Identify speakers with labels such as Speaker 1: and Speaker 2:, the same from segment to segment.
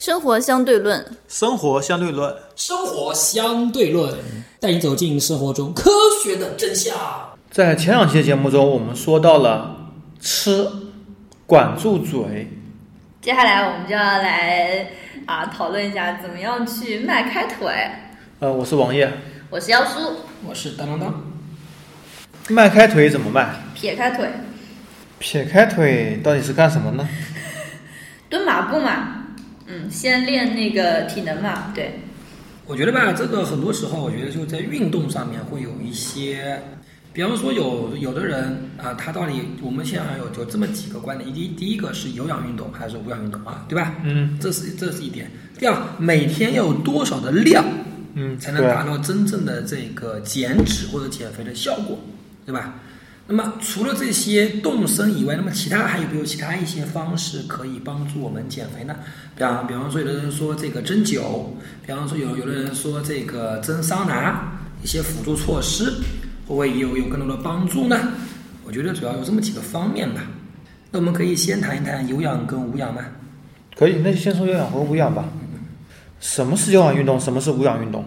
Speaker 1: 生活相对论，
Speaker 2: 生活相对论，
Speaker 3: 生活相对论，带你走进生活中科学的真相。
Speaker 4: 在前两期节目中，我们说到了吃，管住嘴。
Speaker 1: 接下来我们就要来啊讨论一下怎么样去迈开腿。
Speaker 4: 呃，我是王爷，
Speaker 1: 我是妖叔，
Speaker 3: 我是当当当，
Speaker 4: 迈开腿怎么迈？
Speaker 1: 撇开腿，
Speaker 4: 撇开腿到底是干什么呢？
Speaker 1: 蹲马步嘛，嗯，先练那个体能嘛，对，
Speaker 3: 我觉得吧，这个很多时候，我觉得就在运动上面会有一些，比方说有有的人啊，他到底我们现在有有这么几个观点，第一第一个是有氧运动还是无氧运动啊，对吧？
Speaker 4: 嗯
Speaker 3: 这是这是一点。第二，每天要有多少的量，
Speaker 4: 嗯，
Speaker 3: 才能
Speaker 4: 对
Speaker 3: 达到真正的这个减脂或者减肥的效果，对吧？那么除了这些动身以外，那么其他还有没有其他一些方式可以帮助我们减肥呢？比方比方说，有的人说这个针灸，比方说有有的人说这个蒸桑拿，一些辅助措施会不会有有更多的帮助呢？我觉得主要有这么几个方面吧。那我们可以先谈一谈有氧跟无氧吗？
Speaker 4: 可以，那就先说有氧和无氧吧。什么是有氧运动？什么是无氧运动？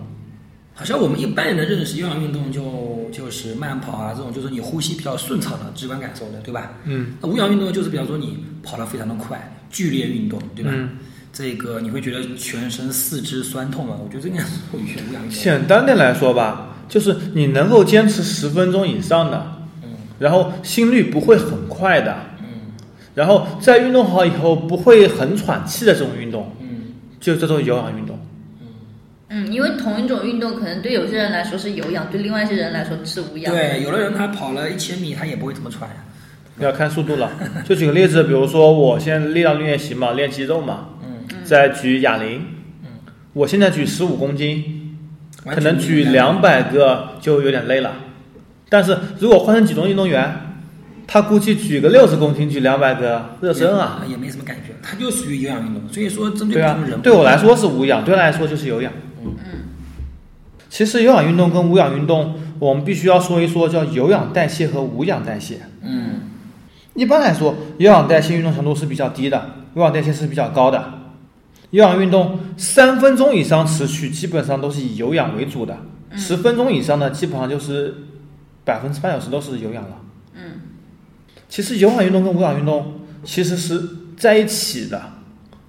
Speaker 3: 好像我们一般人的认识，有氧运动就就是慢跑啊，这种就是你呼吸比较顺畅的直观感受的，对吧？
Speaker 4: 嗯
Speaker 3: 那无氧运动就是比方说你跑得非常的快，剧烈运动，对吧？
Speaker 4: 嗯
Speaker 3: 这个你会觉得全身四肢酸痛啊，我觉得这应该属于无氧运动。
Speaker 4: 简单的来说吧，就是你能够坚持十分钟以上的，
Speaker 3: 嗯
Speaker 4: 然后心率不会很快的，
Speaker 3: 嗯
Speaker 4: 然后在运动好以后不会很喘气的这种运动，
Speaker 3: 嗯
Speaker 4: 就叫做有氧运动。
Speaker 1: 嗯，因为同一种运动可能对有些人来说是有氧，对另外一些人来说是无氧，
Speaker 3: 对，有的人他跑了一千米，他也不会怎么喘呀、
Speaker 4: 要看速度了。 就举个例子，比如说我现在力量练习嘛，练肌肉嘛，
Speaker 3: 嗯，
Speaker 4: 再举哑铃，我现在举十五公斤，
Speaker 3: 完全
Speaker 4: 可能
Speaker 3: 不一
Speaker 4: 举
Speaker 3: 样
Speaker 4: 两百个就有点累了。但是如果换成举重运动员，他估计举个六十公斤，举两百个热身啊，，
Speaker 3: 也没什么感觉，他就属于有氧运动。所以说，针
Speaker 4: 对
Speaker 3: 不
Speaker 4: 啊
Speaker 3: 同人，
Speaker 4: 对我来说是无氧，对他来说就是有氧。
Speaker 3: 嗯
Speaker 4: 其实有氧运动跟无氧运动，我们必须要说一说叫有氧代谢和无氧代谢。
Speaker 3: 嗯
Speaker 4: 一般来说，有氧代谢运动强度是比较低的，无氧代谢是比较高的。有氧运动三分钟以上持续，基本上都是以有氧为主的；十、分钟以上呢，基本上就是百分之八九十都是有氧了。
Speaker 1: 嗯，
Speaker 4: 其实有氧运动跟无氧运动其实是在一起的，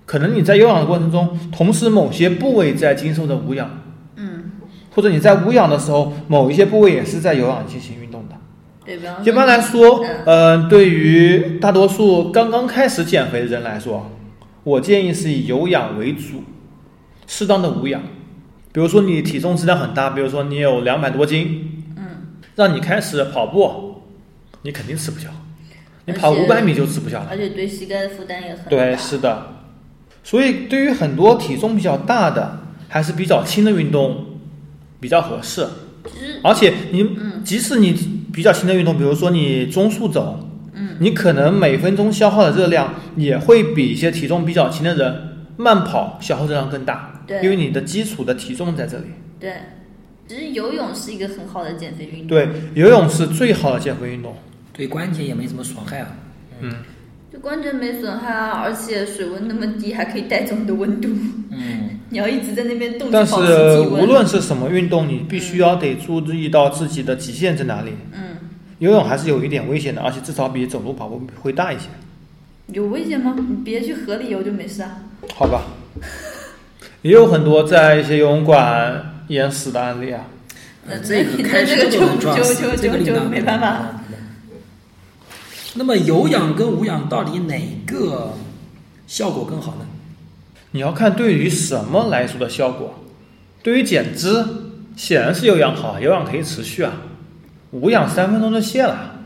Speaker 4: 可能你在有氧的过程中，同时某些部位在经受着无氧，
Speaker 1: 嗯，
Speaker 4: 或者你在无氧的时候，某一些部位也是在有氧进行运动的。
Speaker 1: 对，比方
Speaker 4: 一
Speaker 1: 说
Speaker 4: 般来说
Speaker 1: 嗯，
Speaker 4: 呃，对于大多数刚刚开始减肥的人来说，我建议是以有氧为主，适当的无氧。比如说你体重质量很大，比如说你有两百多斤，嗯，让你开始跑步，你肯定吃不消，你跑
Speaker 1: 而且
Speaker 4: 五百米就吃不消了。
Speaker 1: 而且对膝盖的负担也很大，
Speaker 4: 对，是的。所以对于很多体重比较大的，还是比较轻的运动比较合适。而且你
Speaker 1: 嗯
Speaker 4: 即使你比较轻的运动，比如说你中速走，嗯，你可能每分钟消耗的热量也会比一些体重比较轻的人慢跑消耗热量更大，
Speaker 1: 对
Speaker 4: 因为你的基础的体重在这里。
Speaker 1: 对，其实游泳是一个很好的减肥运动，
Speaker 4: 对，游泳是最好的减肥运动。
Speaker 3: 对关节也没什么损害啊。
Speaker 1: 就关节没损害啊，而且水温那么低，还可以带走你的温度。
Speaker 3: 嗯，
Speaker 1: 你要一直在那边动，
Speaker 4: 但
Speaker 1: 就嗯保持体
Speaker 4: 是
Speaker 1: 温
Speaker 4: 无论是什么运动，你必须要得注意到自己的极限在哪里。
Speaker 1: 嗯，
Speaker 4: 游泳还是有一点危险的，而且至少比走路、跑步会大一些，
Speaker 1: 有危险吗？你别去河里游就没事啊。
Speaker 4: 好 吧？也有很多在一些游泳馆淹死的案例啊。
Speaker 3: 呃
Speaker 1: 那
Speaker 3: 这
Speaker 1: 那
Speaker 3: 个开车
Speaker 1: 这个
Speaker 3: 都
Speaker 1: 就
Speaker 3: 能撞
Speaker 1: 就
Speaker 3: 死
Speaker 1: 就
Speaker 3: 这个
Speaker 1: 就
Speaker 3: 领导
Speaker 1: 就没办法。
Speaker 3: 那么有氧跟无氧到底哪个效果更好呢？
Speaker 4: 你要看对于什么来说的效果。对于减脂，显然是有氧好，有氧可以持续啊，无氧三分钟就泄了。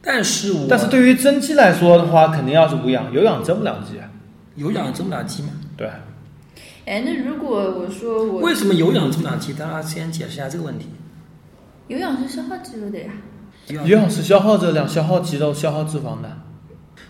Speaker 3: 但是我
Speaker 4: 但是对于增肌来说的话，肯定要是无氧，有氧增不了肌。
Speaker 3: 有氧增不了肌吗？
Speaker 4: 对，
Speaker 1: 哎，那如果我说我
Speaker 3: 为什么有氧增不了肌？大家先解释一下这个问题。
Speaker 1: 有氧是消耗肌肉的呀，
Speaker 3: 有
Speaker 4: 有
Speaker 3: 氧，
Speaker 4: 氧是消耗热量、消耗肌肉、消耗脂肪的。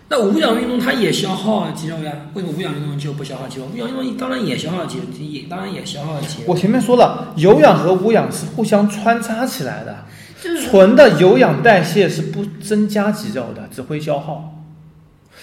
Speaker 3: 那无氧运动它也消耗肌肉呀？为什么无氧运动就不消耗肌肉？无氧运动当然也消耗肌肉，也当然也消耗肌肉。
Speaker 4: 我前面说了，有氧和无氧是互相穿插起来的。
Speaker 1: 就是
Speaker 4: 纯的有氧代谢是不增加肌肉的，只会消耗。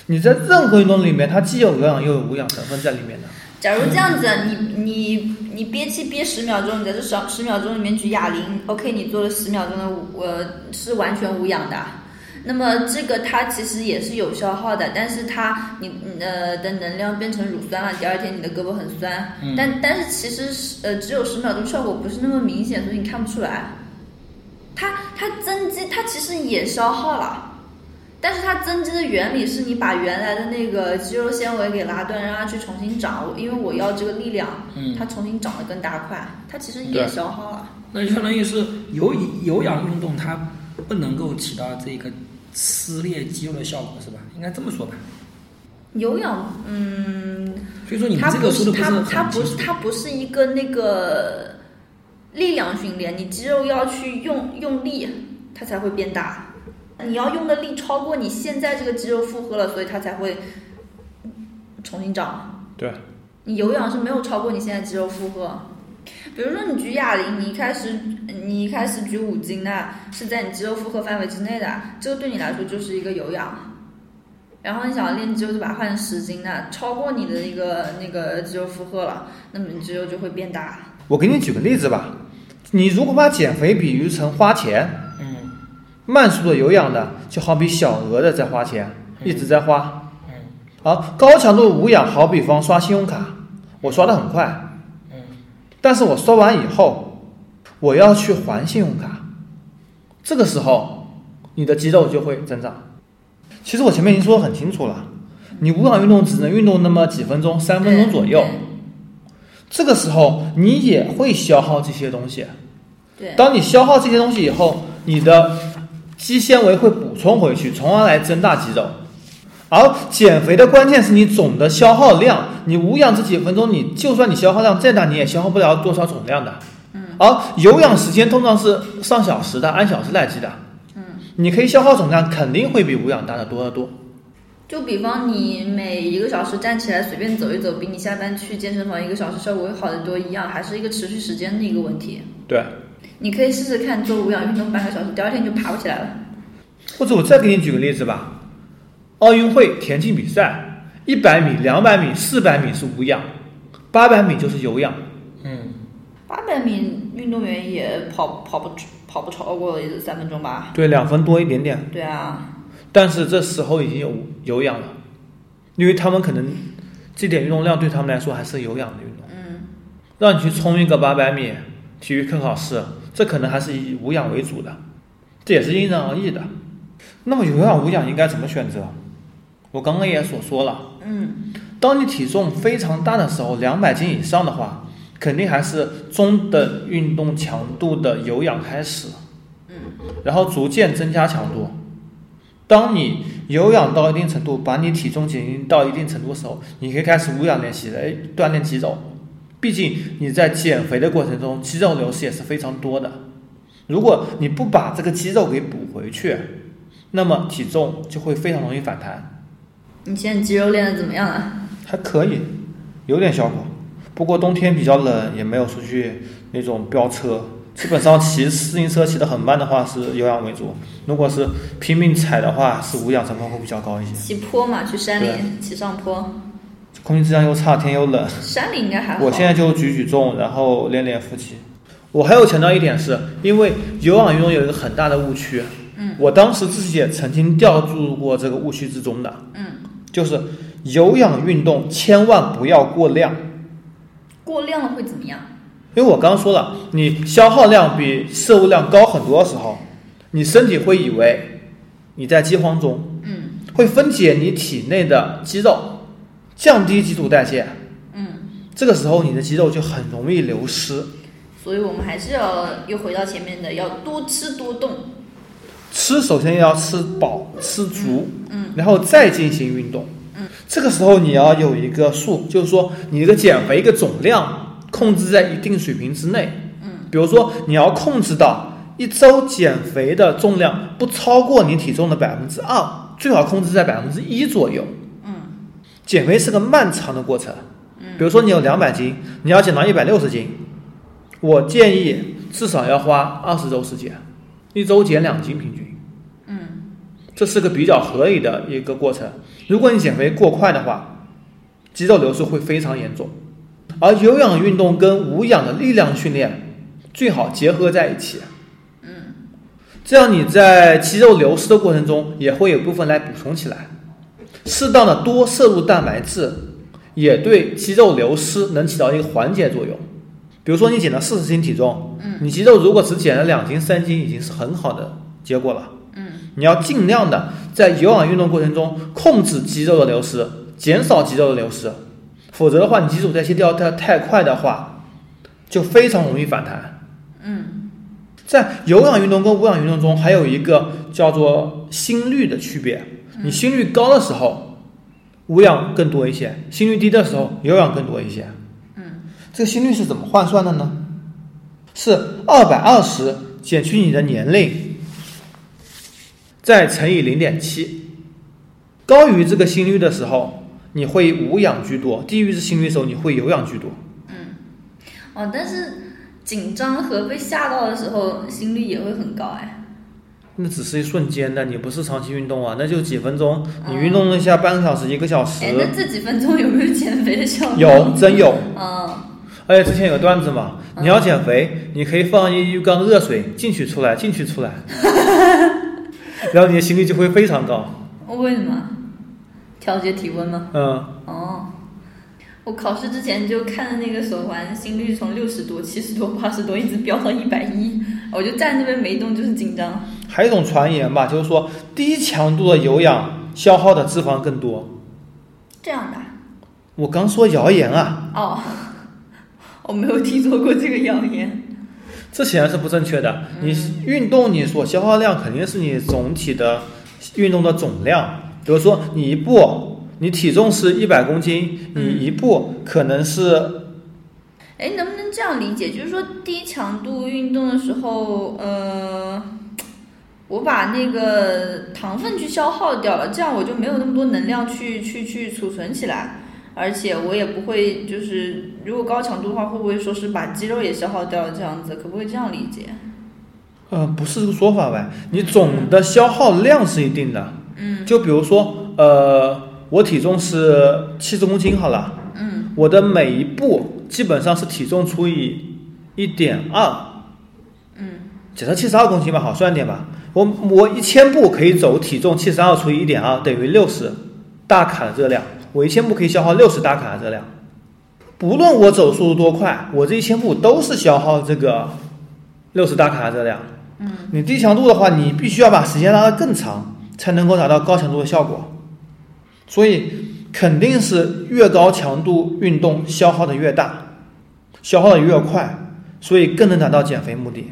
Speaker 4: 你在任何运动里面，它既有有氧又有无氧成分在里面的。
Speaker 1: 假如这样子，啊你你你憋气憋十秒钟，你在这十十秒钟里面举哑铃，OK，你做了十秒钟的无呃是完全无氧的。啊那么这个它其实也是有消耗的，但是它你你的的能量变成乳酸了，第二天你的胳膊很酸，
Speaker 3: 嗯
Speaker 1: 但但是其实是呃只有十秒钟效果不是那么明显，所以你看不出来。啊它它增肌，它其实也消耗了，啊但是它增肌的原理是你把原来的那个肌肉纤维给拉断，让它去重新长，我因为我要这个力量，
Speaker 3: 嗯
Speaker 1: 它重新长得更大块，它其实也
Speaker 4: 对
Speaker 1: 消耗了。
Speaker 3: 那就相当于是有有氧运动，它不能够起到这个撕裂肌肉的效果，是吧？应该这么说吧。
Speaker 1: 有氧，嗯，
Speaker 3: 所以说你们
Speaker 1: 它
Speaker 3: 这个说
Speaker 1: 是
Speaker 3: 的不
Speaker 1: 它
Speaker 3: 很
Speaker 1: 它不
Speaker 3: 清
Speaker 1: 是
Speaker 3: 楚
Speaker 1: 它不是一个那个力量训练，你肌肉要去用用力，它才会变大。你要用的力超过你现在这个肌肉负荷了，所以它才会重新长。
Speaker 4: 对，
Speaker 1: 你有氧是没有超过你现在肌肉负荷。比如说你举哑铃，你一开始你一开始举五斤的，是在你肌肉负荷范围之内的，这个对你来说就是一个有氧。然后你想要练肌肉，就把它换成十斤的，超过你的一个那个肌肉负荷了，那么你肌肉就会变大。
Speaker 4: 我给你举个例子吧，你如果把减肥比喻成花钱，
Speaker 3: 嗯
Speaker 4: 慢速的有氧的就好比小额的在花钱，一直在花。
Speaker 3: 嗯
Speaker 4: 好，高强度无氧好比方刷信用卡，我刷的很快，
Speaker 3: 嗯
Speaker 4: 但是我刷完以后，我要去还信用卡，这个时候你的肌肉就会增长。其实我前面已经说的很清楚了，你无氧运动只能运动那么几分钟，三分钟左右，这个时候你也会消耗这些东西。
Speaker 1: 对，对，
Speaker 4: 当你消耗这些东西以后，你的肌纤维会补充回去，从而来增大肌肉。而减肥的关键是你总的消耗量，你无氧这几分钟，你就算你消耗量再大，你也消耗不了多少总量的。嗯。而有氧时间通常是上小时的，按小时来计的。嗯。你可以消耗总量肯定会比无氧大得多得多。
Speaker 1: 就比方你每一个小时站起来随便走一走，比你下班去健身房一个小时效果会好得多一样，还是一个持续时间的一个问题。
Speaker 4: 对。
Speaker 1: 你可以试试看做无氧运动半个小时，第二天就爬不起来了。
Speaker 4: 或者我再给你举个例子吧，奥运会田径比赛，一百米、两百米、四百米是无氧，八百米就是有氧。
Speaker 3: 嗯，
Speaker 1: 八百米运动员也跑跑不跑不超过三分钟吧？
Speaker 4: 对，两分多一点点，
Speaker 1: 对啊，
Speaker 4: 但是这时候已经有有氧了，因为他们可能这点运动量对他们来说还是有氧的运动。
Speaker 1: 嗯，
Speaker 4: 让你去冲一个八百米，体育课考试，这可能还是以无氧为主的，这也是因人而异的。那么有氧无氧应该怎么选择？我刚刚也所说了，
Speaker 1: 嗯，
Speaker 4: 当你体重非常大的时候，两百斤以上的话，肯定还是中等运动强度的有氧开始，嗯，然后逐渐增加强度。当你有氧到一定程度，把你体重减轻到一定程度的时候，你可以开始无氧练习了，哎，锻炼肌肉。毕竟你在减肥的过程中，肌肉流失也是非常多的。如果你不把这个肌肉给补回去，那么体重就会非常容易反弹。
Speaker 1: 你现在肌肉练的怎么样啊了？
Speaker 4: 还可以，有点效果。不过冬天比较冷，也没有出去那种飙车。基本上骑自行车骑得很慢的话是有氧为主，如果是拼命踩的话是无氧成分会比较高一些。
Speaker 1: 骑坡嘛，去山
Speaker 4: 对
Speaker 1: 里骑上坡，
Speaker 4: 空气质量又差，天又冷，
Speaker 1: 山里应该还好。
Speaker 4: 我现在就举举重，然后练练腹肌。我还有强调一点是，因为有氧运动有一个很大的误区，嗯，我当时自己也曾经掉入过这个误区之中的，
Speaker 1: 嗯，
Speaker 4: 就是有氧运动千万不要过量。
Speaker 1: 过量了会怎么样？
Speaker 4: 因为我刚刚说了，你消耗量比摄入量高很多的时候，你身体会以为你在饥荒中，
Speaker 1: 嗯
Speaker 4: 会分解你体内的肌肉，降低基础代谢。
Speaker 1: 嗯，
Speaker 4: 这个时候你的肌肉就很容易流失。
Speaker 1: 所以我们还是要又回到前面的，要多吃多动。
Speaker 4: 吃首先要吃饱吃足，
Speaker 1: 嗯，
Speaker 4: 然后再进行运动。嗯，这个时候你要有一个数，就是说你的减肥一个总量控制在一定水平之内。嗯，比如说你要控制到一周减肥的重量不超过你体重的百分之二，最好控制在百分之一左右。
Speaker 1: 嗯
Speaker 4: 减肥是个漫长的过程。
Speaker 1: 嗯
Speaker 4: 比如说你有两百斤，你要减到一百六十斤，我建议至少要花二十周时间，一周减两斤平均。
Speaker 1: 嗯，
Speaker 4: 这是个比较合理的一个过程。如果你减肥过快的话，肌肉流失会非常严重。而有氧运动跟无氧的力量训练最好结合在一起。
Speaker 1: 嗯，
Speaker 4: 这样你在肌肉流失的过程中也会有部分来补充起来。适当的多摄入蛋白质，也对肌肉流失能起到一个缓解作用。比如说你减了四十斤体重，
Speaker 1: 嗯，
Speaker 4: 你肌肉如果只减了两斤三斤，已经是很好的结果了。
Speaker 1: 嗯，
Speaker 4: 你要尽量的在有氧运动过程中控制肌肉的流失，减少肌肉的流失，否则的话，你基础代谢掉太太快的话，就非常容易反弹。
Speaker 1: 嗯
Speaker 4: 在有氧运动跟无氧运动中，还有一个叫做心率的区别。
Speaker 1: 嗯
Speaker 4: 你心率高的时候，无氧更多一些；心率低的时候，有氧更多一些。
Speaker 1: 嗯
Speaker 4: 这个心率是怎么换算的呢？是二百二十减去你的年龄，再乘以零点七。高于这个心率的时候，你会无氧居多；低于这心率的时候，你会有氧居多。
Speaker 1: 嗯，哦，但是紧张和被吓到的时候，心率也会很高哎。
Speaker 4: 那只是一瞬间的，你不是长期运动啊，那就几分钟，你运动一下半个小时、一个小时
Speaker 1: 哎，，那这几分钟有没有减肥的效果？
Speaker 4: 呃有真有。
Speaker 1: 嗯
Speaker 4: 而且之前有个段子嘛，你要减肥，你可以放一浴缸热水进去出来，进去 出来，然后你的心率就会非常高。
Speaker 1: 为什么？调节体温吗？
Speaker 4: 嗯，
Speaker 1: 哦，我考试之前就看的那个手环，心率从六十多、七十多、八十多一直飙到一百一，我就站那边没动，就是紧张。
Speaker 4: 还有一种传言吧，就是说低强度的有氧消耗的脂肪更多。
Speaker 1: 这样的啊
Speaker 4: 我刚说谣言啊，
Speaker 1: 哦，我没有听说过这个谣言。
Speaker 4: 这显然是不正确的。你运动你所消耗量肯定是你总体的运动的总量，比如说你一步，你体重是一百公斤，
Speaker 1: 嗯
Speaker 4: 你一步可能是
Speaker 1: 哎，能不能这样理解？就是说低强度运动的时候，呃，我把那个糖分去消耗掉了，这样我就没有那么多能量去去去储存起来，而且我也不会就是如果高强度的话，会不会说是把肌肉也消耗掉了？这样子可不可以这样理解？
Speaker 4: 呃，不是这个说法呗。你总的消耗量是一定的。
Speaker 1: 嗯
Speaker 4: 就比如说，呃，我体重是七十公斤好了，
Speaker 1: 嗯
Speaker 4: 我的每一步基本上是体重除以一点二，
Speaker 1: 嗯
Speaker 4: 假设七十二公斤吧，好算点吧。我我一千步可以走，体重七十二除以一点二等于六十大卡的热量。我一千步可以消耗六十大卡的热量，不论我走速度多快，我这一千步都是消耗这个六十大卡的热量。
Speaker 1: 嗯，
Speaker 4: 你低强度的话，你必须要把时间拉得更长，才能够达到高强度的效果。所以肯定是越高强度运动消耗的越大，消耗的越快，所以更能达到减肥目的。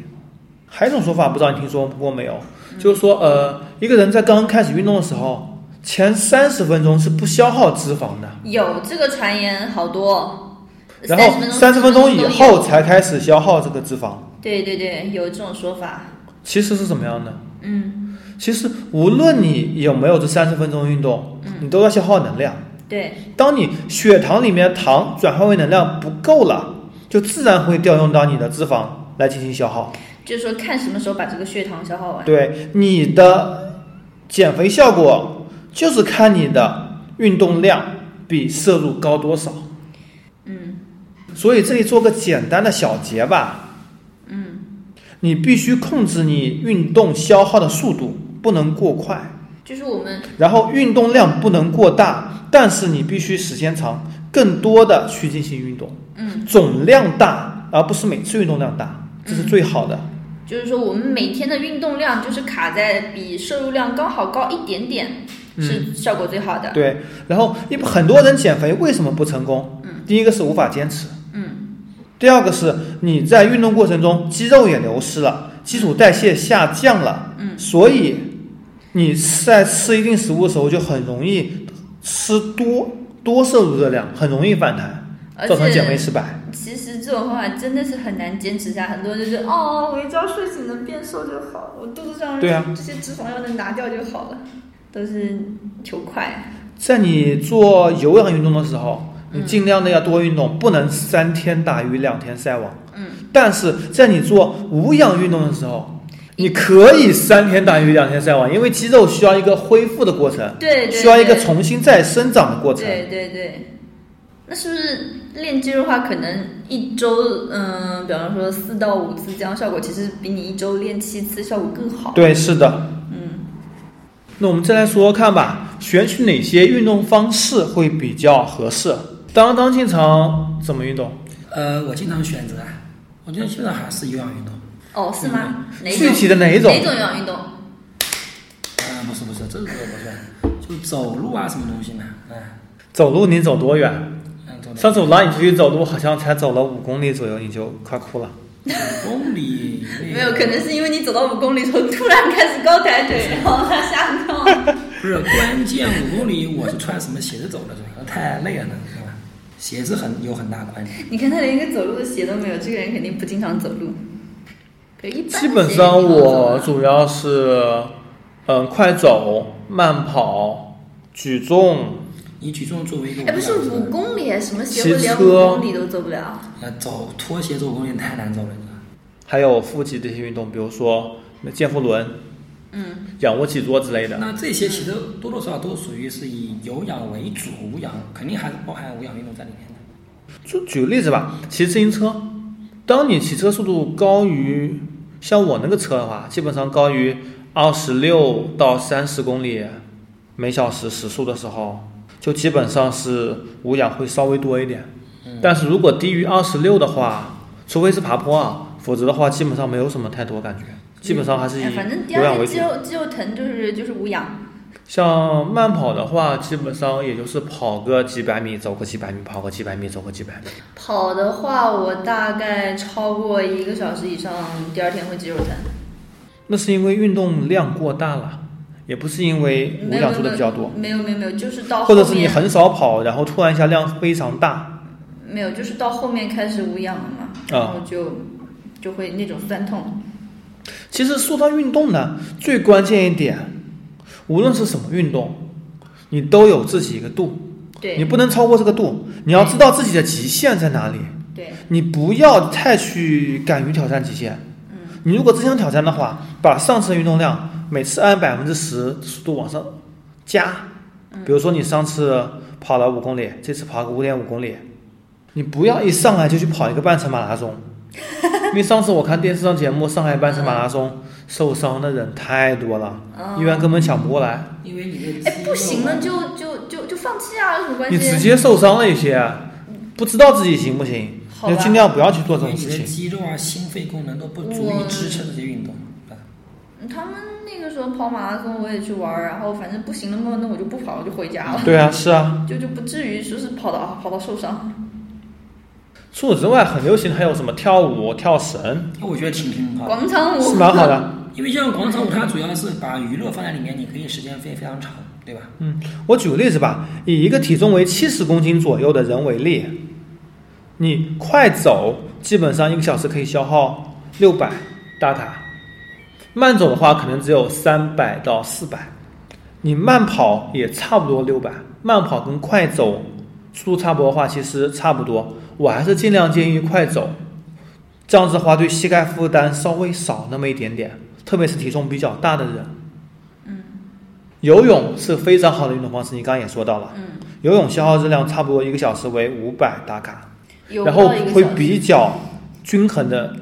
Speaker 4: 还有一种说法，不知道你听说过没有？就是说，呃，一个人在刚刚开始运动的时候，前三十分钟是不消耗脂肪的，
Speaker 1: 有这个传言好多。
Speaker 4: 然后三十分钟以
Speaker 1: 都有
Speaker 4: 后才开始消耗这个脂肪。
Speaker 1: 对对对，有这种说法。
Speaker 4: 其实是怎么样的？
Speaker 1: 嗯，
Speaker 4: 其实无论你有没有这三十分钟运动，你都要消耗能量。
Speaker 1: 对，
Speaker 4: 当你血糖里面的糖转化为能量不够了，就自然会调用到你的脂肪来进行消耗。
Speaker 1: 就是说看什么时候把这个血糖消耗完。
Speaker 4: 对你的减肥效果，就是看你的运动量比摄入高多少。
Speaker 1: 嗯
Speaker 4: 所以这里做个简单的小结吧，
Speaker 1: 嗯，
Speaker 4: 你必须控制你运动消耗的速度，不能过快，
Speaker 1: 就是我们
Speaker 4: 然后运动量不能过大，但是你必须时间长，更多的去进行运动。
Speaker 1: 嗯，
Speaker 4: 总量大，而不是每次运动量大，这是最好的。
Speaker 1: 就是说我们每天的运动量就是卡在比摄入量刚好高一点点，是效果最好的。
Speaker 4: 嗯对，然后一很多人减肥为什么不成功？
Speaker 1: 嗯，
Speaker 4: 第一个是无法坚持，
Speaker 1: 嗯
Speaker 4: 第二个是你在运动过程中肌肉也流失了，基础代谢下降了，
Speaker 1: 嗯，
Speaker 4: 所以你在吃一定食物的时候就很容易吃多多摄入热量，很容易反弹，
Speaker 1: 而
Speaker 4: 造成减
Speaker 1: 且
Speaker 4: 肥失败。
Speaker 1: 其实这种方法真的是很难坚持下，很多人就觉得哦，我只要睡醒能变瘦就好，我肚子上
Speaker 4: 对啊
Speaker 1: 这些脂肪要能拿掉就好了，都是求快。
Speaker 4: 在你做有氧运动的时候，你
Speaker 1: 嗯
Speaker 4: 尽量的要多运动，不能三天打鱼两天晒网。
Speaker 1: 嗯，
Speaker 4: 但是在你做无氧运动的时候，你可以三天打鱼两天晒网，因为肌肉需要一个恢复的过程，
Speaker 1: 对对，
Speaker 4: 嗯需要一个
Speaker 1: 对
Speaker 4: 重新再生长的过程。
Speaker 1: 对对对，那是不是练肌肉的话，可能一周，嗯，比方说四到五次这样效果，其实比你一周练七次效果更好？，
Speaker 4: 对，是的。
Speaker 1: 嗯，
Speaker 4: 那我们再来说说看吧，选取哪些运动方式会比较合适？当当经常怎么运动？
Speaker 3: 呃，我经常选择啊，我觉得基本上还是有氧运动。
Speaker 1: 哦，是吗？哪
Speaker 4: 具
Speaker 1: 种？
Speaker 4: 体的哪一种？
Speaker 1: 哪种有氧运动？
Speaker 3: 啊，不是不是，这个不算，就走路啊，什么东西嘛，哎，
Speaker 4: 走路你走多远？
Speaker 3: 嗯，走
Speaker 4: 上次我拉你出去走路，好像才走了五公里左右，你就快哭了。
Speaker 3: 五公里内
Speaker 1: 没有，可能是因为你走到五公里后突然开始高抬腿，然后他吓 到了。
Speaker 3: 不是关键，五公里我是穿什么鞋子走的，主要太累了，对吧？鞋子很有很大关系。
Speaker 1: 你看他连一个走路的鞋都没有，这个人肯定不经常走路。可一般的
Speaker 4: 基本
Speaker 1: 鞋也
Speaker 4: 上
Speaker 1: 挺好走啊
Speaker 4: 我
Speaker 1: 的
Speaker 4: 主要是，嗯，快走、慢跑、举重，
Speaker 3: 你举重作为一个，
Speaker 1: 哎，不是五，公里，什么鞋会
Speaker 4: 骑
Speaker 1: 连五
Speaker 4: 车
Speaker 1: 公里都走不了？
Speaker 3: 呃，走拖鞋走五公里太难走了，你知道吗
Speaker 4: 还有腹肌这些运动，比如说健腹轮、
Speaker 1: 嗯，
Speaker 4: 仰卧起坐之类的。
Speaker 3: 那这些其实多多少少都属于是以有氧为主，无氧肯定还是包含无氧运动在里面的。
Speaker 4: 就举个例子吧，骑自行车，当你骑车速度高于像我那个车的话，基本上高于二十六到三十公里每小时时速的时候，就基本上是无氧会稍微多一点。但是如果低于二十六的话，除非是爬坡啊，否则的话基本上没有什么太多感觉，基本上还是以
Speaker 1: 哎反正第
Speaker 4: 有
Speaker 1: 二
Speaker 4: 氧为
Speaker 1: 天
Speaker 4: 主
Speaker 1: 肌。肉肌肉疼就是就是无氧。
Speaker 4: 像慢跑的话，基本上也就是跑个几百米，走个几百米，跑个几百米，走个几百米。
Speaker 1: 跑的话，我大概超过一个小时以上，第二天会肌肉疼。
Speaker 4: 那是因为运动量过大了，也不是因为无
Speaker 1: 没有
Speaker 4: 氧做的比较多，
Speaker 1: 没有没有没有，就是到
Speaker 4: 或
Speaker 1: 后
Speaker 4: 者是你
Speaker 1: 面
Speaker 4: 很少跑，然后突然一下量非常大。
Speaker 1: 没有，就是到后面开始无氧了嘛，然
Speaker 4: 啊
Speaker 1: 后就就会那种酸痛。
Speaker 4: 其实说到运动呢，最关键一点，无论是什么运动，你都有自己一个度，你
Speaker 1: 对
Speaker 4: 不能超过这个度，你要知道自己的极限在哪里，
Speaker 1: 对，
Speaker 4: 你不要太去敢于挑战极限。
Speaker 1: 嗯
Speaker 4: 你如果真想挑战的话，把上次的运动量每次按百分之十速度往上加。
Speaker 1: 嗯
Speaker 4: 比如说你上次跑了五公里，这次跑个五点五公里，你不要一上来就去跑一个半程马拉 松，因为上次我看电视上节目，上海半程马拉松受伤的人太多了，
Speaker 1: 哦
Speaker 4: 医院根本抢不过来，
Speaker 3: 因为你的啊
Speaker 1: 哎，不行了，
Speaker 3: 了，
Speaker 1: 就就就就放弃啊，有什么关
Speaker 4: 你直
Speaker 1: 系？
Speaker 4: 接受伤了一些，不知道自己行不行，
Speaker 1: 好吧
Speaker 4: 就尽量不要去做这
Speaker 3: 因为
Speaker 4: 种
Speaker 3: 你
Speaker 4: 事情。
Speaker 3: 的肌肉啊、心肺功能都不足
Speaker 1: 我
Speaker 3: 以支撑这些运动。啊
Speaker 1: 他们那个时候跑马拉松，我也去玩儿，然后反正不行了嘛，那我就不跑，我就回家了，
Speaker 4: 对啊，是啊。
Speaker 1: 就就不至于说是跑到跑到受伤。
Speaker 4: 除此之外，很流行还有什么跳舞、跳绳，
Speaker 3: 那我觉得挺挺好的。
Speaker 1: 广场舞
Speaker 4: 是蛮好的。
Speaker 3: 因为像广场舞，它主要是把娱乐放在里面，你可以时间非非常长，对吧？
Speaker 4: 我举个例子吧，以一个体重为七十公斤左右的人为例，你快走基本上一个小时可以消耗六百大卡，慢走的话可能只有三百到四百，你慢跑也差不多六百，慢跑跟快走速度差不多的话，其实差不多，我还是尽量建议快走，这样子的话对膝盖负担稍微少那么一点点，特别是体重比较大的人。游泳是非常好的运动方式，你刚刚也说到了，
Speaker 1: 嗯，
Speaker 4: 游泳消耗热量差不多一个小时为五百大卡，
Speaker 1: 有
Speaker 4: 然后
Speaker 1: 到一个
Speaker 4: 会
Speaker 1: 小时
Speaker 4: 比较均衡的，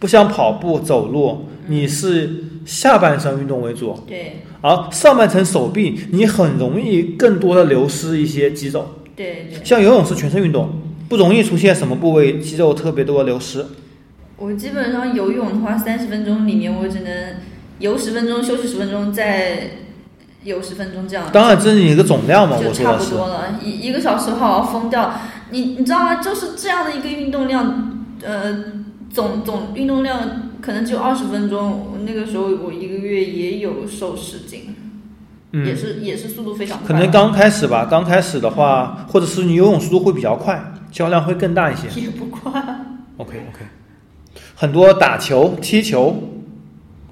Speaker 4: 不像跑步、走路，
Speaker 1: 嗯
Speaker 4: 你是下半身运动为主，
Speaker 1: 对
Speaker 4: 而上半身手臂你很容易更多的流失一些肌肉。
Speaker 1: 对对，
Speaker 4: 像游泳是全身运动，不容易出现什么部位肌肉特别多的流失。
Speaker 1: 嗯我基本上游泳的话，三十分钟里面我只能游十分钟，休息十分钟，再游十分钟这样。
Speaker 4: 当然，这是你一个总量嘛，
Speaker 1: 就
Speaker 4: 我说
Speaker 1: 差
Speaker 4: 的
Speaker 1: 不
Speaker 4: 是。
Speaker 1: 多了，一一个小时好好疯掉。你你知道吗？就是这样的一个运动量，呃，总总运动量可能只有二十分钟。我那个时候我一个月也有瘦十斤，
Speaker 4: 嗯
Speaker 1: 也是也是速度非常快。
Speaker 4: 可能刚开始吧，刚开始的话，或者是你游泳速度会比较快，消耗量会更大一些。
Speaker 1: 也不快。
Speaker 4: OK OK，很多打球、踢球，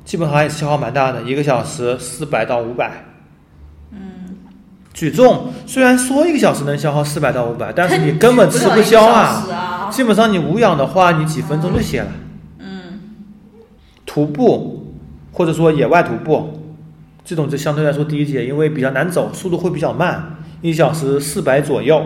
Speaker 4: 基本上也消耗蛮大的，一个小时四百到五百。嗯。
Speaker 1: 嗯
Speaker 4: 举重虽然说一个小时能消耗四百到五百，但是你根本吃
Speaker 1: 不了
Speaker 4: 不
Speaker 1: 一个
Speaker 4: 消
Speaker 1: 小
Speaker 4: 啊。
Speaker 1: 时啊！
Speaker 4: 基本上你无氧的话，你几分钟就歇了。
Speaker 1: 嗯，
Speaker 4: 徒步或者说野外徒步，这种就相对来说低一些，因为比较难走，速度会比较慢，一小时四百左右。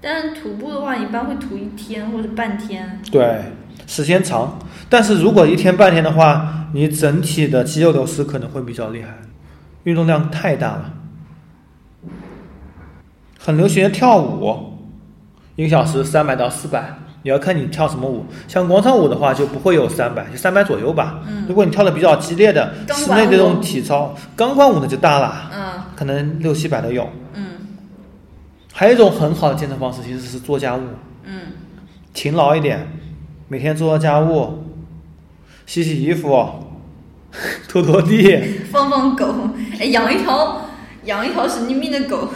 Speaker 1: 但徒步的话，一般会徒一天或者半天。
Speaker 4: 对，时间长，但是如果一天半天的话，你整体的肌肉流失可能会比较厉害，运动量太大了。很流行的跳舞，一个小时三百到四百，你要看你跳什么舞。像广场舞的话，就不会有三百，就三百左右吧。
Speaker 1: 嗯
Speaker 4: 如果你跳的比较激烈的
Speaker 1: 钢
Speaker 4: 室
Speaker 1: 管
Speaker 4: 内这
Speaker 1: 舞
Speaker 4: 种体操，钢管舞的就大了，
Speaker 1: 嗯
Speaker 4: 可能六七百都有。
Speaker 1: 嗯
Speaker 4: 还有一种很好的健身方式，其实是做家务。
Speaker 1: 嗯
Speaker 4: 勤劳一点，每天做做家务，洗洗衣服， 拖拖地，
Speaker 1: 放放狗，哎，养一条养一条神经病的狗，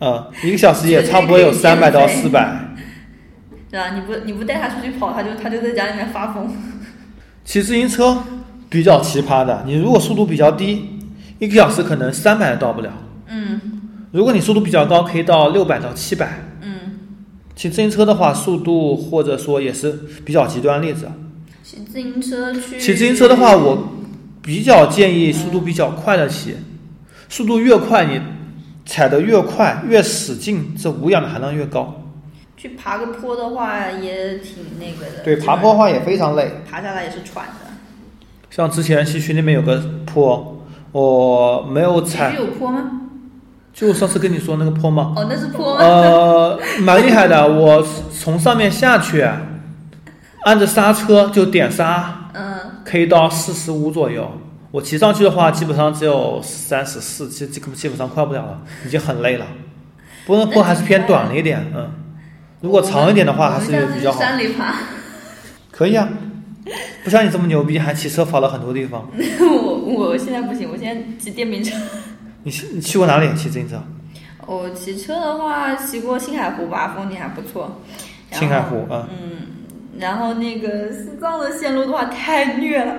Speaker 4: 嗯，一个小时也差不多有
Speaker 1: 这个
Speaker 4: 三
Speaker 1: 可以
Speaker 4: 百到
Speaker 1: 减
Speaker 4: 四
Speaker 1: 肥
Speaker 4: 百。
Speaker 1: 对吧？你不你不带它出去跑，它就它就在家里面发疯。
Speaker 4: 骑自行车比较奇葩的，你如果速度比较低，一个小时可能三百到不了；
Speaker 1: 嗯
Speaker 4: 如果你速度比较高，可以到六百到七百。
Speaker 1: 嗯，
Speaker 4: 骑自行车的话，速度或者说也是比较极端例子。啊
Speaker 1: 骑自行车去。
Speaker 4: 骑自行车的话，我比较建议速度比较快的骑，速度越快，你踩得越快，越使劲，这无氧的含量越高。
Speaker 1: 去爬个坡的话也挺那个的。
Speaker 4: 对，爬坡的话也非常累。
Speaker 1: 爬下来也是喘的。
Speaker 4: 像之前西区那边有个坡，我没有
Speaker 1: 其
Speaker 4: 踩
Speaker 1: 实，有坡吗？
Speaker 4: 就上次跟你说那个坡嘛，
Speaker 1: 哦，那是坡吗？
Speaker 4: 呃，蛮厉害的。我从上面下去，按着刹车就点刹，
Speaker 1: 嗯，
Speaker 4: 可以到四十五左右。我骑上去的话，基本上只有三十四，基基基本上快不了了，已经很累了。不过坡还是偏短了一点，嗯。如果长一点的话，还是
Speaker 1: 我们下次
Speaker 4: 比
Speaker 1: 去
Speaker 4: 较好。
Speaker 1: 山里爬。
Speaker 4: 可以啊，不像你这么牛逼，还骑车跑了很多地方。
Speaker 1: 我我现在不行，我现在骑电瓶车。
Speaker 4: 你去你去过哪里啊骑自行车？
Speaker 1: 我骑车的话，骑过青海湖吧，风景还不错。然后
Speaker 4: 青海。湖啊、
Speaker 1: 然后那个西藏的线路的话，太虐了，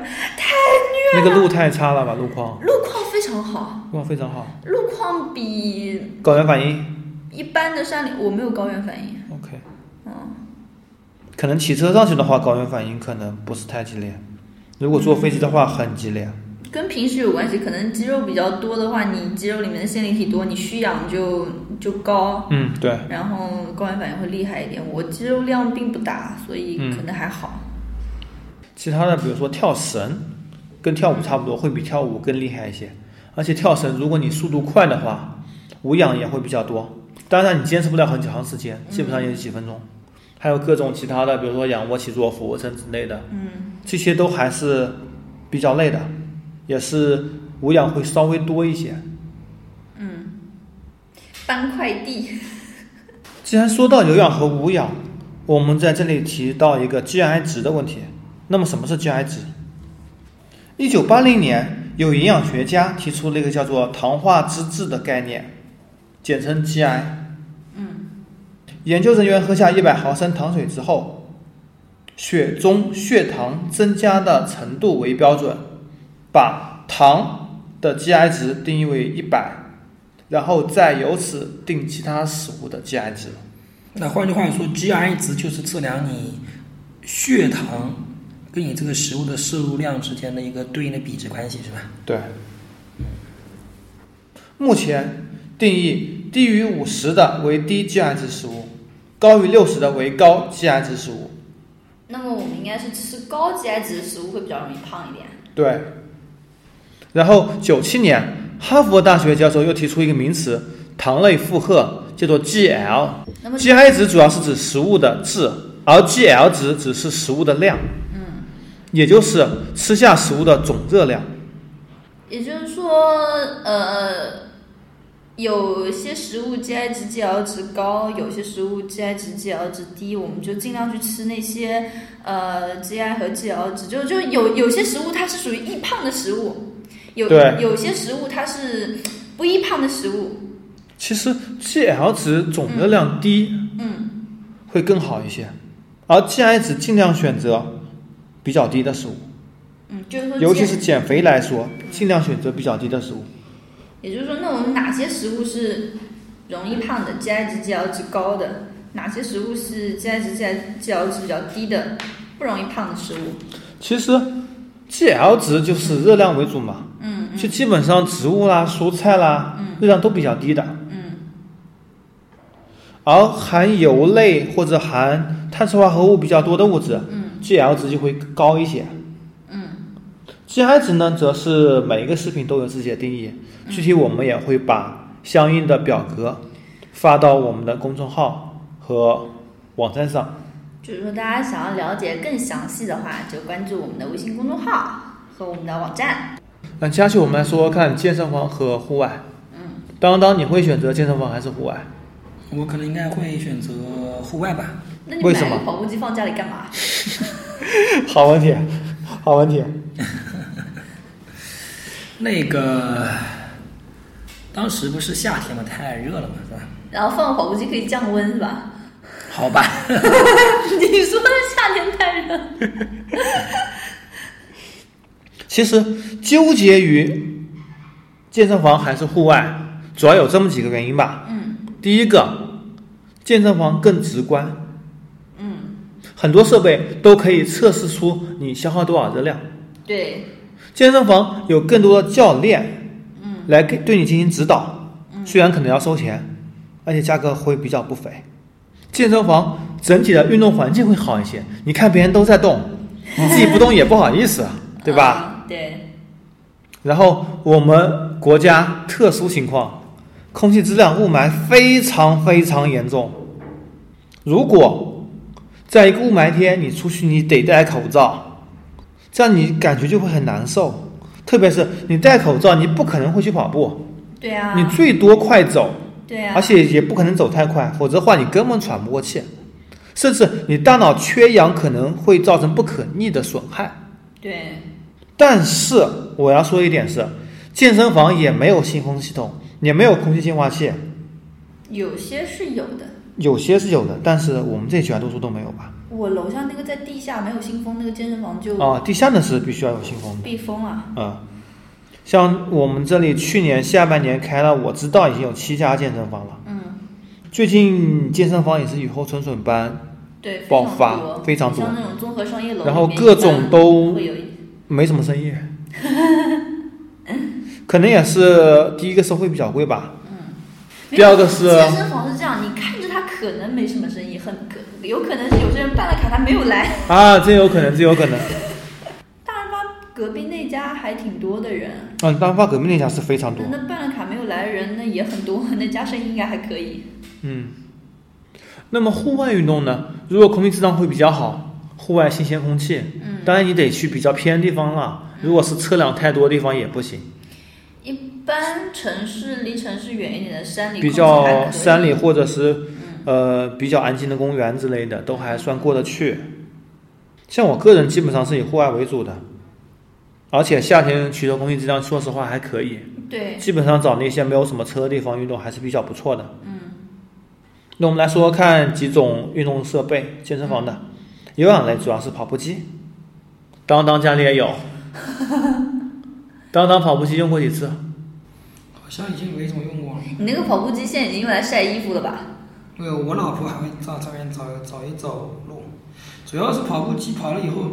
Speaker 4: 那个路太差了吧，路况，
Speaker 1: 路况非常好，
Speaker 4: 路况非常好，
Speaker 1: 路况比
Speaker 4: 高原反应
Speaker 1: 一般的山里，我没有高原反应。
Speaker 4: OK。
Speaker 1: 嗯，
Speaker 4: 可能骑车上去的话，高原反应可能不是太激烈。如果坐飞机的话，很激烈。
Speaker 1: 跟平时有关系，可能肌肉比较多的话，你肌肉里面的线粒体多，你需氧就就高，
Speaker 4: 嗯，对。
Speaker 1: 然后高原反应会厉害一点。我肌肉量并不大，所以可能还好。
Speaker 4: 其他的，比如说跳绳，跟跳舞差不多，会比跳舞更厉害一些。而且跳绳，如果你速度快的话，无氧也会比较多。当然，你坚持不了很长时间，
Speaker 1: 嗯
Speaker 4: 基本上也就几分钟。还有各种其他的，比如说仰卧起坐、俯卧撑之类的，
Speaker 1: 嗯
Speaker 4: 这些都还是比较累的，也是无氧会稍微多一些。
Speaker 1: 嗯，搬快递，
Speaker 4: 既然说到有氧和无氧，我们在这里提到一个 GI 值的问题。那么什么是 GI 值？一九八零年，有营养学家提出了一个叫做糖化脂质的概念，简称 GI。
Speaker 1: 嗯，
Speaker 4: 研究人员喝下一百毫升糖水之后，血中血糖增加的程度为标准，把糖的 GI 值定义为一百，然后再由此定其他食物的 GI 值。
Speaker 3: 那换句话说，GI 值就是测量你血糖跟你这个食物的摄入量之间的一个对应的比值关系，是吧？
Speaker 4: 对。目前定义低于五十的为低 GI 值食物，高于六十的为高 GI 值食物。
Speaker 1: 那么我们应该是吃高 GI 值的食物会比较容易胖一点。
Speaker 4: 对。然后九七年，哈佛大学教授又提出一个名词——糖类负荷，叫做 GL。
Speaker 1: 那么
Speaker 4: GI 值主要是指食物的质，而 GL 值只是食物的量，
Speaker 1: 嗯，
Speaker 4: 也就是吃下食物的总热量。
Speaker 1: 也就是说，呃，有些食物 GI 值 GL 值高，有些食物 GI 值 GL 值低，我们就尽量去吃那些呃 GI 和 GL 值，就就有有些食物它是属于易胖的食物，有
Speaker 4: 对
Speaker 1: 有些食物它是不易胖的食物，
Speaker 4: 其实 GL 值总热量低，
Speaker 1: 嗯
Speaker 4: 会更好一些。而 GI 值尽量选择比较低的食物，
Speaker 1: 嗯，就是说
Speaker 4: 尤其
Speaker 1: GI
Speaker 4: 是减肥来说，尽量选择比较低的食物。
Speaker 1: 也就是说，那我们哪些食物是容易胖的，GI 值、GL 值高的？哪些食物是 GI 值、GL 值比较低的，不容易胖的食物？
Speaker 4: 其实 GL 值就是热量为主嘛，
Speaker 1: 嗯
Speaker 4: 就基本上植物啦、蔬菜啦，热量都比较低的。
Speaker 1: 嗯
Speaker 4: 而含油类或者含碳水化合物比较多的物质，
Speaker 1: 嗯
Speaker 4: GL 值就会高一些。
Speaker 1: 嗯
Speaker 4: GI 值呢，则是每一个食品都有自己的定义，
Speaker 1: 嗯
Speaker 4: 具体我们也会把相应的表格发到我们的公众号和网站上。
Speaker 1: 就是说大家想要了解更详细的话，就关注我们的微信公众号和我们的网站。
Speaker 4: 那接下去我们来说说看健身房和户外。
Speaker 1: 嗯，
Speaker 4: 当当，你会选择健身房还是户外？
Speaker 3: 我可能应该会选择户外吧。
Speaker 1: 那你
Speaker 4: 为
Speaker 1: 买
Speaker 4: 什么
Speaker 1: 个跑步机放家里干嘛？
Speaker 4: 好问题，好问题。
Speaker 3: 那个当时不是夏天嘛，太热了嘛，是吧？
Speaker 1: 然后放跑步机可以降温是 吧？
Speaker 3: 好吧，
Speaker 1: 你说的夏天太热，
Speaker 4: 其实纠结于健身房还是户外，主要有这么几个原因吧。
Speaker 1: 嗯
Speaker 4: 第一个，健身房更直观，
Speaker 1: 嗯，
Speaker 4: 很多设备都可以测试出你消耗多少热量。
Speaker 1: 对，
Speaker 4: 健身房有更多的教练
Speaker 1: 嗯
Speaker 4: 来给对你进行指导，
Speaker 1: 嗯
Speaker 4: 虽然可能要收钱，而且价格会比较不菲。健身房整体的运动环境会好一些，你看别人都在 动，你自己不动也不好意思，啊对吧？
Speaker 1: 嗯？对，
Speaker 4: 然后我们国家特殊情况，空气质量雾霾非常非常严重。如果在一个雾霾天你出去，你得戴口罩，这样你感觉就会很难受。特别是你戴口罩，你不可能会去跑步，
Speaker 1: 对啊，
Speaker 4: 你最多快走，
Speaker 1: 对啊，
Speaker 4: 而且也不可能走太快，否则的话你根本喘不过气，甚至你大脑缺氧可能会造成不可逆的损害。
Speaker 1: 对，
Speaker 4: 但是我要说一点是，健身房也没有新风系统，也没有空气净化器，
Speaker 1: 有些是有的。
Speaker 4: 有些是有的，但是我们这里绝大多数都没有吧？
Speaker 1: 我楼下那个在地下没有新风那个健身房就
Speaker 4: 啊，地下呢是必须要有新风的，
Speaker 1: 避风啊，
Speaker 4: 嗯。像我们这里去年下半年开了，我知道已经有七家健身房了。
Speaker 1: 嗯，
Speaker 4: 最近健身房也是雨后春笋般，
Speaker 1: 对，非
Speaker 4: 爆
Speaker 1: 常
Speaker 4: 发
Speaker 1: 多
Speaker 4: 非常多
Speaker 1: 像那种综合商业楼里面，
Speaker 4: 然后各种都
Speaker 1: 会有一
Speaker 4: 没什么生意。可能也是第一个是会比较贵吧，第二个是
Speaker 1: 没有健身房是这样，你看着它可能没什么生意，很可有可能是有些人办了卡他没有来。
Speaker 4: 啊，这有可能，这有可能。
Speaker 1: 大润发隔壁那家还挺多的人，
Speaker 4: 嗯，大发革命那家是非常多
Speaker 1: 那。那办了卡没有来的人那也很多， 那家生意应该还可以。
Speaker 4: 嗯，那么户外运动呢？如果空气质量会比较好，户外新鲜空气，
Speaker 1: 嗯，
Speaker 4: 当然你得去比较偏的地方了。如果是车辆太多的地方也不行，
Speaker 1: 一般城市离城市远一点的山里
Speaker 4: 比
Speaker 1: 空气还
Speaker 4: 较
Speaker 1: 可以
Speaker 4: 山里或者是
Speaker 1: 嗯
Speaker 4: 呃比较安静的公园之类的，都还算过得去。像我个人基本上是以户外为主的，而且夏天衢州空气质量说实话还可以，
Speaker 1: 对，
Speaker 4: 基本上找那些没有什么车的地方运动还是比较不错的。
Speaker 1: 嗯
Speaker 4: 那我们来说说看几种运动设备，健身房的有氧类主要是跑步机，当当家里也 有。当当跑步机用过几次？
Speaker 3: 好像已经没怎么用过了。
Speaker 1: 你那个跑步机现在已经用来晒衣服了吧？
Speaker 3: 对，我老婆还会到上面找找一找路，主要是跑步机跑了以后，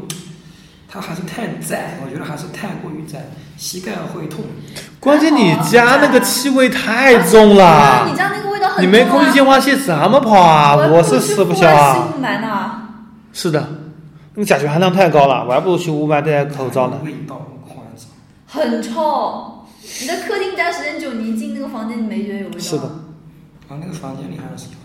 Speaker 3: 它还是太窄，我觉得还是太过于窄，膝盖会痛。
Speaker 4: 关键你家那个气味太重
Speaker 1: 啊你
Speaker 4: 了，
Speaker 1: 家那个味道很啊
Speaker 4: 你没空气净化器怎么跑啊？我是吃不消啊。
Speaker 1: 雾霾呢，
Speaker 4: 是的，那个甲醛含量太高了，我还不如去雾霾戴口罩呢。
Speaker 3: 味道，我靠！这
Speaker 1: 很臭。你在客厅待时间久，你一进那个房间，你没觉得有味道？
Speaker 4: 是的。
Speaker 3: 然后那个房间里还是有点。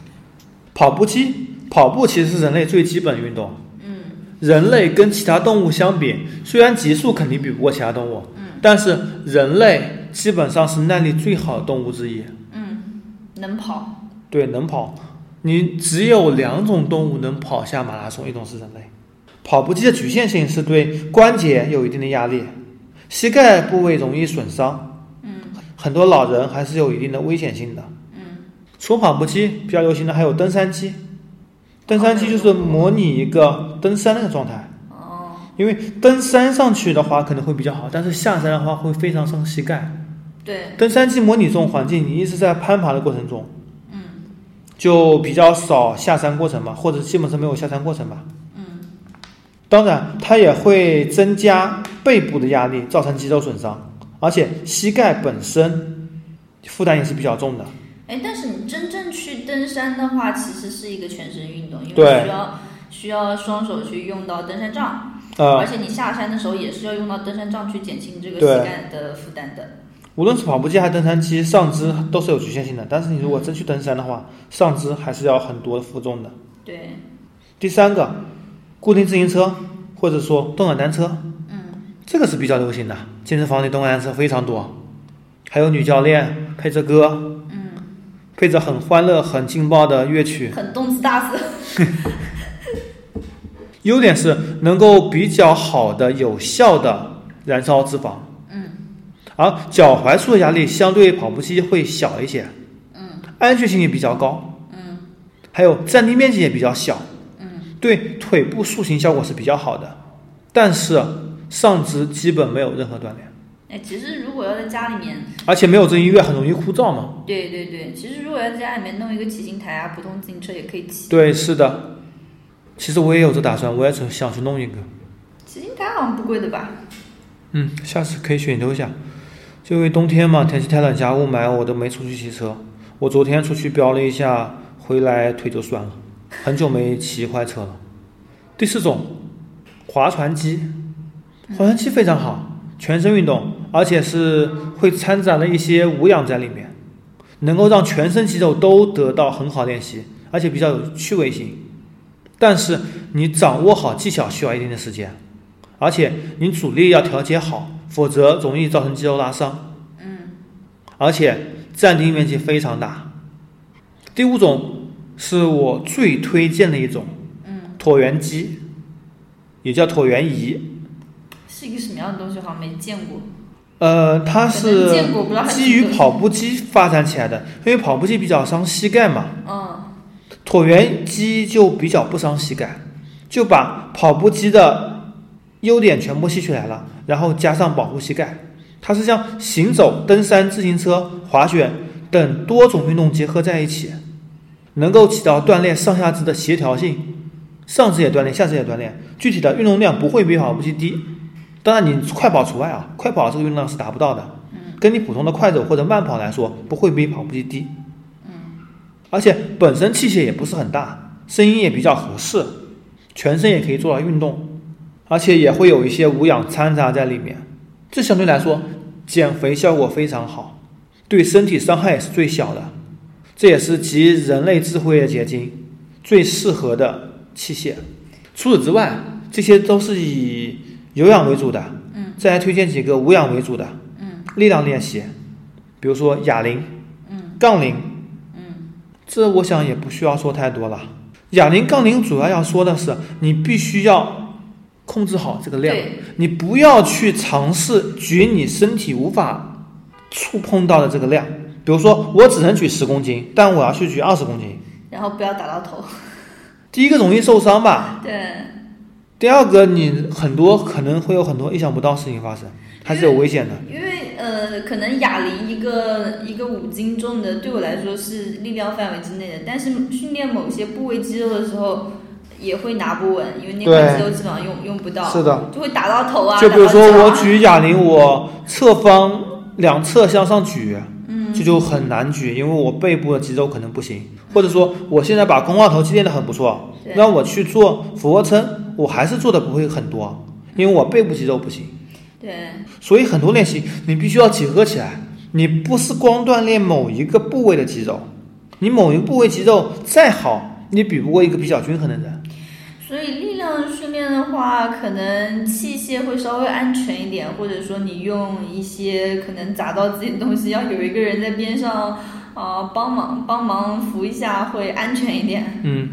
Speaker 4: 跑步机，跑步其实是人类最基本的运动。
Speaker 1: 嗯
Speaker 4: 人类跟其他动物相比，虽然极速肯定比不过其他动物，
Speaker 1: 嗯
Speaker 4: 但是人类基本上是耐力最好的动物之一。
Speaker 1: 嗯，能跑。
Speaker 4: 对，能跑，你只有两种动物能跑下马拉松，一种是人类。跑步机的局限性是对关节有一定的压力，膝盖部位容易损伤，
Speaker 1: 嗯
Speaker 4: 很多老人还是有一定的危险性的。
Speaker 1: 嗯
Speaker 4: 除了跑步机比较流行的还有登山机，登山机就是
Speaker 1: 哦
Speaker 4: 模拟一个登山那个状态。
Speaker 1: 哦，
Speaker 4: 因为登山上去的话可能会比较好，但是下山的话会非常伤膝盖。
Speaker 1: 对，
Speaker 4: 登山机模拟这种环境，你一直在攀爬的过程中，
Speaker 1: 嗯
Speaker 4: 就比较少下山过程嘛，或者基本上没有下山过程吧。
Speaker 1: 嗯
Speaker 4: 当然，它也会增加背部的压力，造成肌肉损伤，而且膝盖本身负担也是比较重的。
Speaker 1: 哎，但是你真正去登山的话，其实是一个全身运动，因
Speaker 4: 对
Speaker 1: 为需要需要双手去用到登山杖，
Speaker 4: 呃
Speaker 1: 而，且你下山的时候也是要用到登山杖去减轻这个
Speaker 4: 对
Speaker 1: 膝盖的负担的。
Speaker 4: 无论是跑步机还是登山机，上肢都是有局限性的。但是你如果真去登山的话，上肢还是要很多的负重的。
Speaker 1: 对，
Speaker 4: 第三个，固定自行车或者说动感单车，
Speaker 1: 嗯，
Speaker 4: 这个是比较流行的，健身房里动感单车非常多，还有女教练配着歌，嗯，配着很欢乐、很劲爆的乐曲。
Speaker 1: 很动次打次。
Speaker 4: 优点是能够比较好的、有效的燃烧脂肪，嗯，而脚踝处的压力相对跑步机会小一些，嗯，安全性也比较高，嗯，还有占地面积也比较小，嗯，对腿部塑形效果是比较好的，但是上肢基本没有任何锻炼，
Speaker 1: 哎，其实如果要在家里面，
Speaker 4: 而且没有这音乐很容易枯燥嘛。
Speaker 1: 对对对，其实如果要在家里面弄一个骑行台啊，普通自行车也可以骑。
Speaker 4: 对，是的，其实我也有这打算，我也想想去弄一个。
Speaker 1: 骑行台好像不贵的吧？
Speaker 4: 嗯，下次可以选修一下。就因为冬天嘛，天气太冷加雾霾，我都没出去骑车。我昨天出去飙了一下，回来腿就酸了，很久没骑快车了。第四种，划船机，划船机非常好，全身运动，而且是会掺杂了一些无氧在里面，能够让全身肌肉都得到很好练习，而且比较有趣味性。但是你掌握好技巧需要一定的时间，而且你阻力要调节好，否则容易造成肌肉拉伤。嗯，而且占地面积非常大。第五种是我最推荐的一种，嗯，椭圆机，也叫椭圆仪。
Speaker 1: 是一个什么样的东西？好像没见过。
Speaker 4: 呃，它
Speaker 1: 可能
Speaker 4: 是
Speaker 1: 见过，不知道它是
Speaker 4: 基于
Speaker 1: 什么
Speaker 4: 跑步机发展起来的，因为跑步机比较伤膝盖嘛，
Speaker 1: 嗯
Speaker 4: 椭圆机就比较不伤膝盖，就把跑步机的优点全部吸取来了，然后加上保护膝盖。它是将行走、登山、自行车、滑雪等多种运动结合在一起，能够起到锻炼上下肢的协调性，上肢也锻炼，下肢也锻炼。具体的运动量不会比跑步机低，当然你快跑除外啊，快跑这个运动量是达不到的。跟你普通的快走或者慢跑来说，不会比跑步机低。而且本身器械也不是很大，声音也比较合适，全身也可以做到运动，而且也会有一些无氧掺杂在里面，这相对来说减肥效果非常好，对身体伤害也是最小的，这也是集人类智慧的结晶，最适合的器械。除此之外，这些都是以有氧为主的，嗯，再来推荐几个无氧为主的，嗯，力量练习，比如说哑铃，嗯，杠铃。这我想也不需要说太多了。哑铃、杠铃主要要说的是，你必须要控制好这个量，
Speaker 1: 对，
Speaker 4: 你不要去尝试举你身体无法触碰到的这个量。比如说，我只能举十公斤，但我要去举二十公斤，
Speaker 1: 然后不要打到头。
Speaker 4: 第一个容易受伤吧，
Speaker 1: 对，
Speaker 4: 第二个你很多可能会有很多意想不到事情发生，还是有危险的。
Speaker 1: 因为呃，可能哑铃一个一个五斤重的，对我来说是力量范围之内的，但是训练某些部位肌肉的时候，也会拿不稳，因为那块
Speaker 4: 对
Speaker 1: 肌肉基本上用用不到，
Speaker 4: 是的，
Speaker 1: 就会打到头啊。
Speaker 4: 就比如说
Speaker 1: 打到脚啊
Speaker 4: 我举哑铃，我侧方两侧向上举，嗯，这就很难举，因为我背部的肌肉可能不行，或者说我现在把肱二头肌练得很不错，
Speaker 1: 对
Speaker 4: 让我去做俯卧撑，我还是做的不会很多，因为我背部肌肉不行。
Speaker 1: 对
Speaker 4: 所以很多练习你必须要结合起来，你不是光锻炼某一个部位的肌肉，你某一个部位肌肉再好，你比不过一个比较均衡的人。
Speaker 1: 所以力量训练的话，可能器械会稍微安全一点，或者说你用一些可能砸到自己的东西，要有一个人在边上啊、呃帮忙帮忙扶一下，会安全一点。
Speaker 4: 嗯，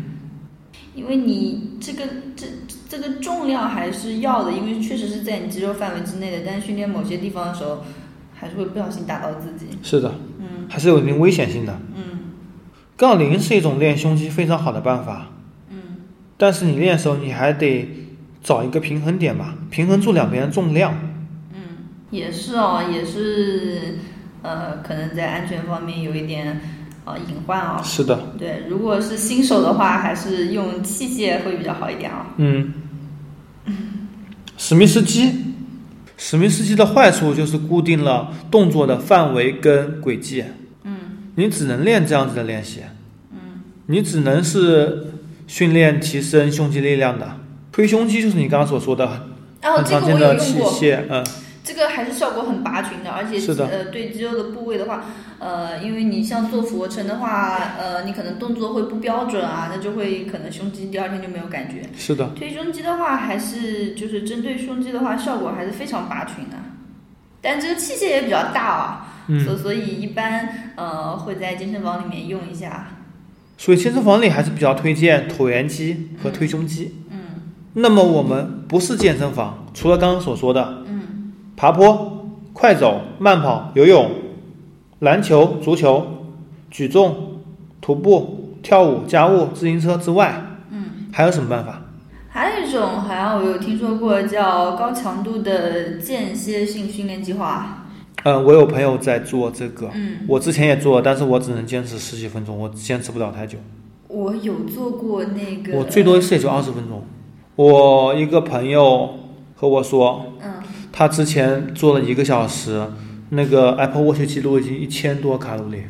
Speaker 1: 因为你这个这这个重量还是要的，因为确实是在你肌肉范围之内的，但训练某些地方的时候，还是会不小心打到自己。
Speaker 4: 是的，嗯，还是有一定危险性的。
Speaker 1: 嗯，
Speaker 4: 杠铃是一种练胸肌非常好的办法。嗯，但是你练的时候，你还得找一个平衡点吧，平衡住两边的重量。
Speaker 1: 也是哦，也是，呃，可能在安全方面有一点呃隐患哦。
Speaker 4: 是的，
Speaker 1: 对，如果是新手的话，还是用器械会比较好一点哦。
Speaker 4: 嗯。史密斯机，史密斯机的坏处就是固定了动作的范围跟轨迹。嗯。你只能练这样子的练习，嗯，你只能是训练提升胸肌力量的，推胸肌就是你刚刚所说的
Speaker 1: 哦，
Speaker 4: 很
Speaker 1: 这
Speaker 4: 常
Speaker 1: 个
Speaker 4: 见
Speaker 1: 我有
Speaker 4: 的器
Speaker 1: 用过，
Speaker 4: 械，嗯，
Speaker 1: 这个还是效果很拔群的，而且
Speaker 4: 是的
Speaker 1: 呃，对肌肉的部位的话，呃，因为你像做俯卧撑的话，呃，你可能动作会不标准啊，那就会可能胸肌第二天就没有感觉。
Speaker 4: 是的。
Speaker 1: 推胸肌的话，还是就是针对胸肌的话，效果还是非常拔群的，但这个器械也比较大啊，
Speaker 4: 嗯
Speaker 1: 所、所以一般呃会在健身房里面用一下。
Speaker 4: 所以健身房里还是比较推荐椭圆机和推胸肌。
Speaker 1: 嗯
Speaker 4: 那么我们不是健身房，除了刚刚所说的
Speaker 1: 嗯
Speaker 4: 爬坡、快走、慢跑、游泳、篮球、足球、举重、徒步、跳舞、家务、自行车之外，
Speaker 1: 嗯，
Speaker 4: 还有什么办法？
Speaker 1: 还有一种好像我有听说过叫高强度的间歇性训练计划。
Speaker 4: 嗯，我有朋友在做这个，
Speaker 1: 嗯，
Speaker 4: 我之前也做，但是我只能坚持十几分钟，我坚持不了太久。
Speaker 1: 我有做过那个，
Speaker 4: 我最多一次也就二十分钟。我一个朋友和我说，
Speaker 1: 嗯，
Speaker 4: 他之前做了一个小时，那个 Apple Watch 记录已经一千多卡路里，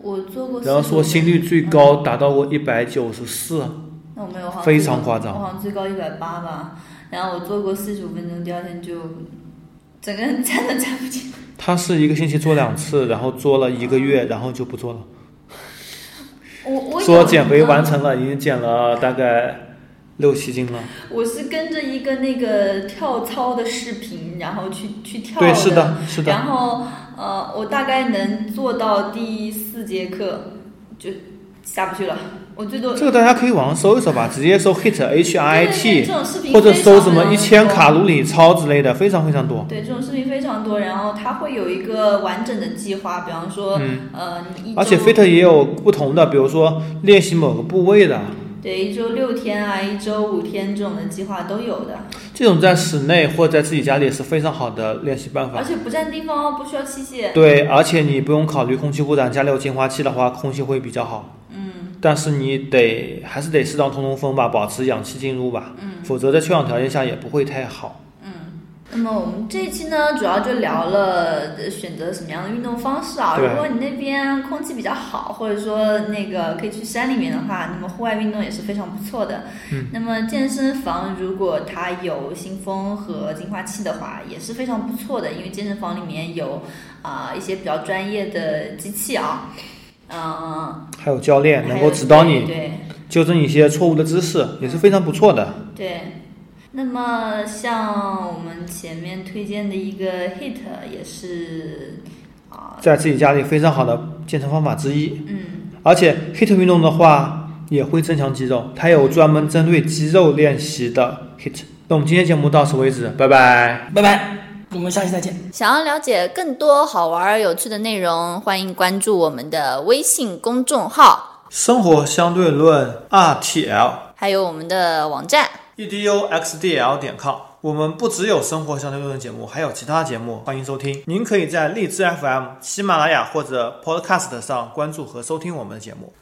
Speaker 1: 我做过四十五分钟，
Speaker 4: 然后说心率最高达到过一百九十四，
Speaker 1: 那我没有，好像
Speaker 4: 非
Speaker 1: 最
Speaker 4: 常
Speaker 1: 高
Speaker 4: 夸张
Speaker 1: 我好像最高一百八吧，然后我做过四十五分钟，第二天就整个人站都站不起来。
Speaker 4: 他是一个星期做两次，然后做了一个月，然后就不做了。
Speaker 1: 我嗯我有啊
Speaker 4: 说减肥完成了，已经减了大概六七斤了。
Speaker 1: 我是跟着一个那个跳操的视频，然后去去跳
Speaker 4: 对，是的，是的，
Speaker 1: 然后呃，我大概能做到第四节课就下不去了，我最多
Speaker 4: 这个大家可以网上搜一搜吧，直接搜 HIT H I
Speaker 1: 对对对
Speaker 4: T。
Speaker 1: 这种视频
Speaker 4: 或者
Speaker 1: 非常
Speaker 4: 搜什么
Speaker 1: 非
Speaker 4: 一
Speaker 1: 常
Speaker 4: 千
Speaker 1: 多
Speaker 4: 卡路里超之类的，非常非常多。
Speaker 1: 对，这种视频非常多，然后它会有一个完整的计划，比方说，
Speaker 4: 嗯，
Speaker 1: 呃，你一周
Speaker 4: 而且 Fit 也有不同的，比如说练习某个部位的，
Speaker 1: 对一周六天啊，一周五天这种的计划都有的，
Speaker 4: 这种在室内或者在自己家里也是非常好的练习办法。
Speaker 1: 而且不占地方哦，不需要器械。
Speaker 4: 对，而且你不用考虑空气污染，家里有净化器的话，空气会比较好。
Speaker 1: 嗯
Speaker 4: 但是你得还是得适当通通风吧，保持氧气进入吧，
Speaker 1: 嗯
Speaker 4: 否则在缺氧条件下也不会太好。
Speaker 1: 嗯。那么我们这一期呢，主要就聊了呃选择什么样的运动方式啊。
Speaker 4: 对
Speaker 1: 如果你那边空气比较好，或者说那个可以去山里面的话，那么户外运动也是非常不错的。
Speaker 4: 嗯、
Speaker 1: 那么健身房如果它有新风和净化器的话，也是非常不错的，因为健身房里面有啊、一些比较专业的机器啊，嗯、
Speaker 4: 还有教练能
Speaker 1: 还
Speaker 4: 够
Speaker 1: 有
Speaker 4: 指导
Speaker 1: 对
Speaker 4: 你
Speaker 1: 对
Speaker 4: 纠正一些错误的知识，也是非常不错的。
Speaker 1: 对，那么像我们前面推荐的一个 HIT 也是啊，
Speaker 4: 在自己家里非常好的健身方法之一。
Speaker 1: 嗯
Speaker 4: 而且 HIIT 运动的话也会增强肌肉，它有专门针对肌肉练习的 HIIT。那我们今天节目到此为止，拜拜。
Speaker 3: 拜拜，我们下期再见。
Speaker 2: 想要了解更多好玩儿有趣的内容，欢迎关注我们的微信公众号，
Speaker 4: 生活相对论 RTL
Speaker 2: 还有我们的网站。
Speaker 4: E eduxdl 点 com。我们不只有生活相对论节目，还有其他节目，欢迎收听。您可以在荔枝 FM、喜马拉雅或者 Podcast 上关注和收听我们的节目。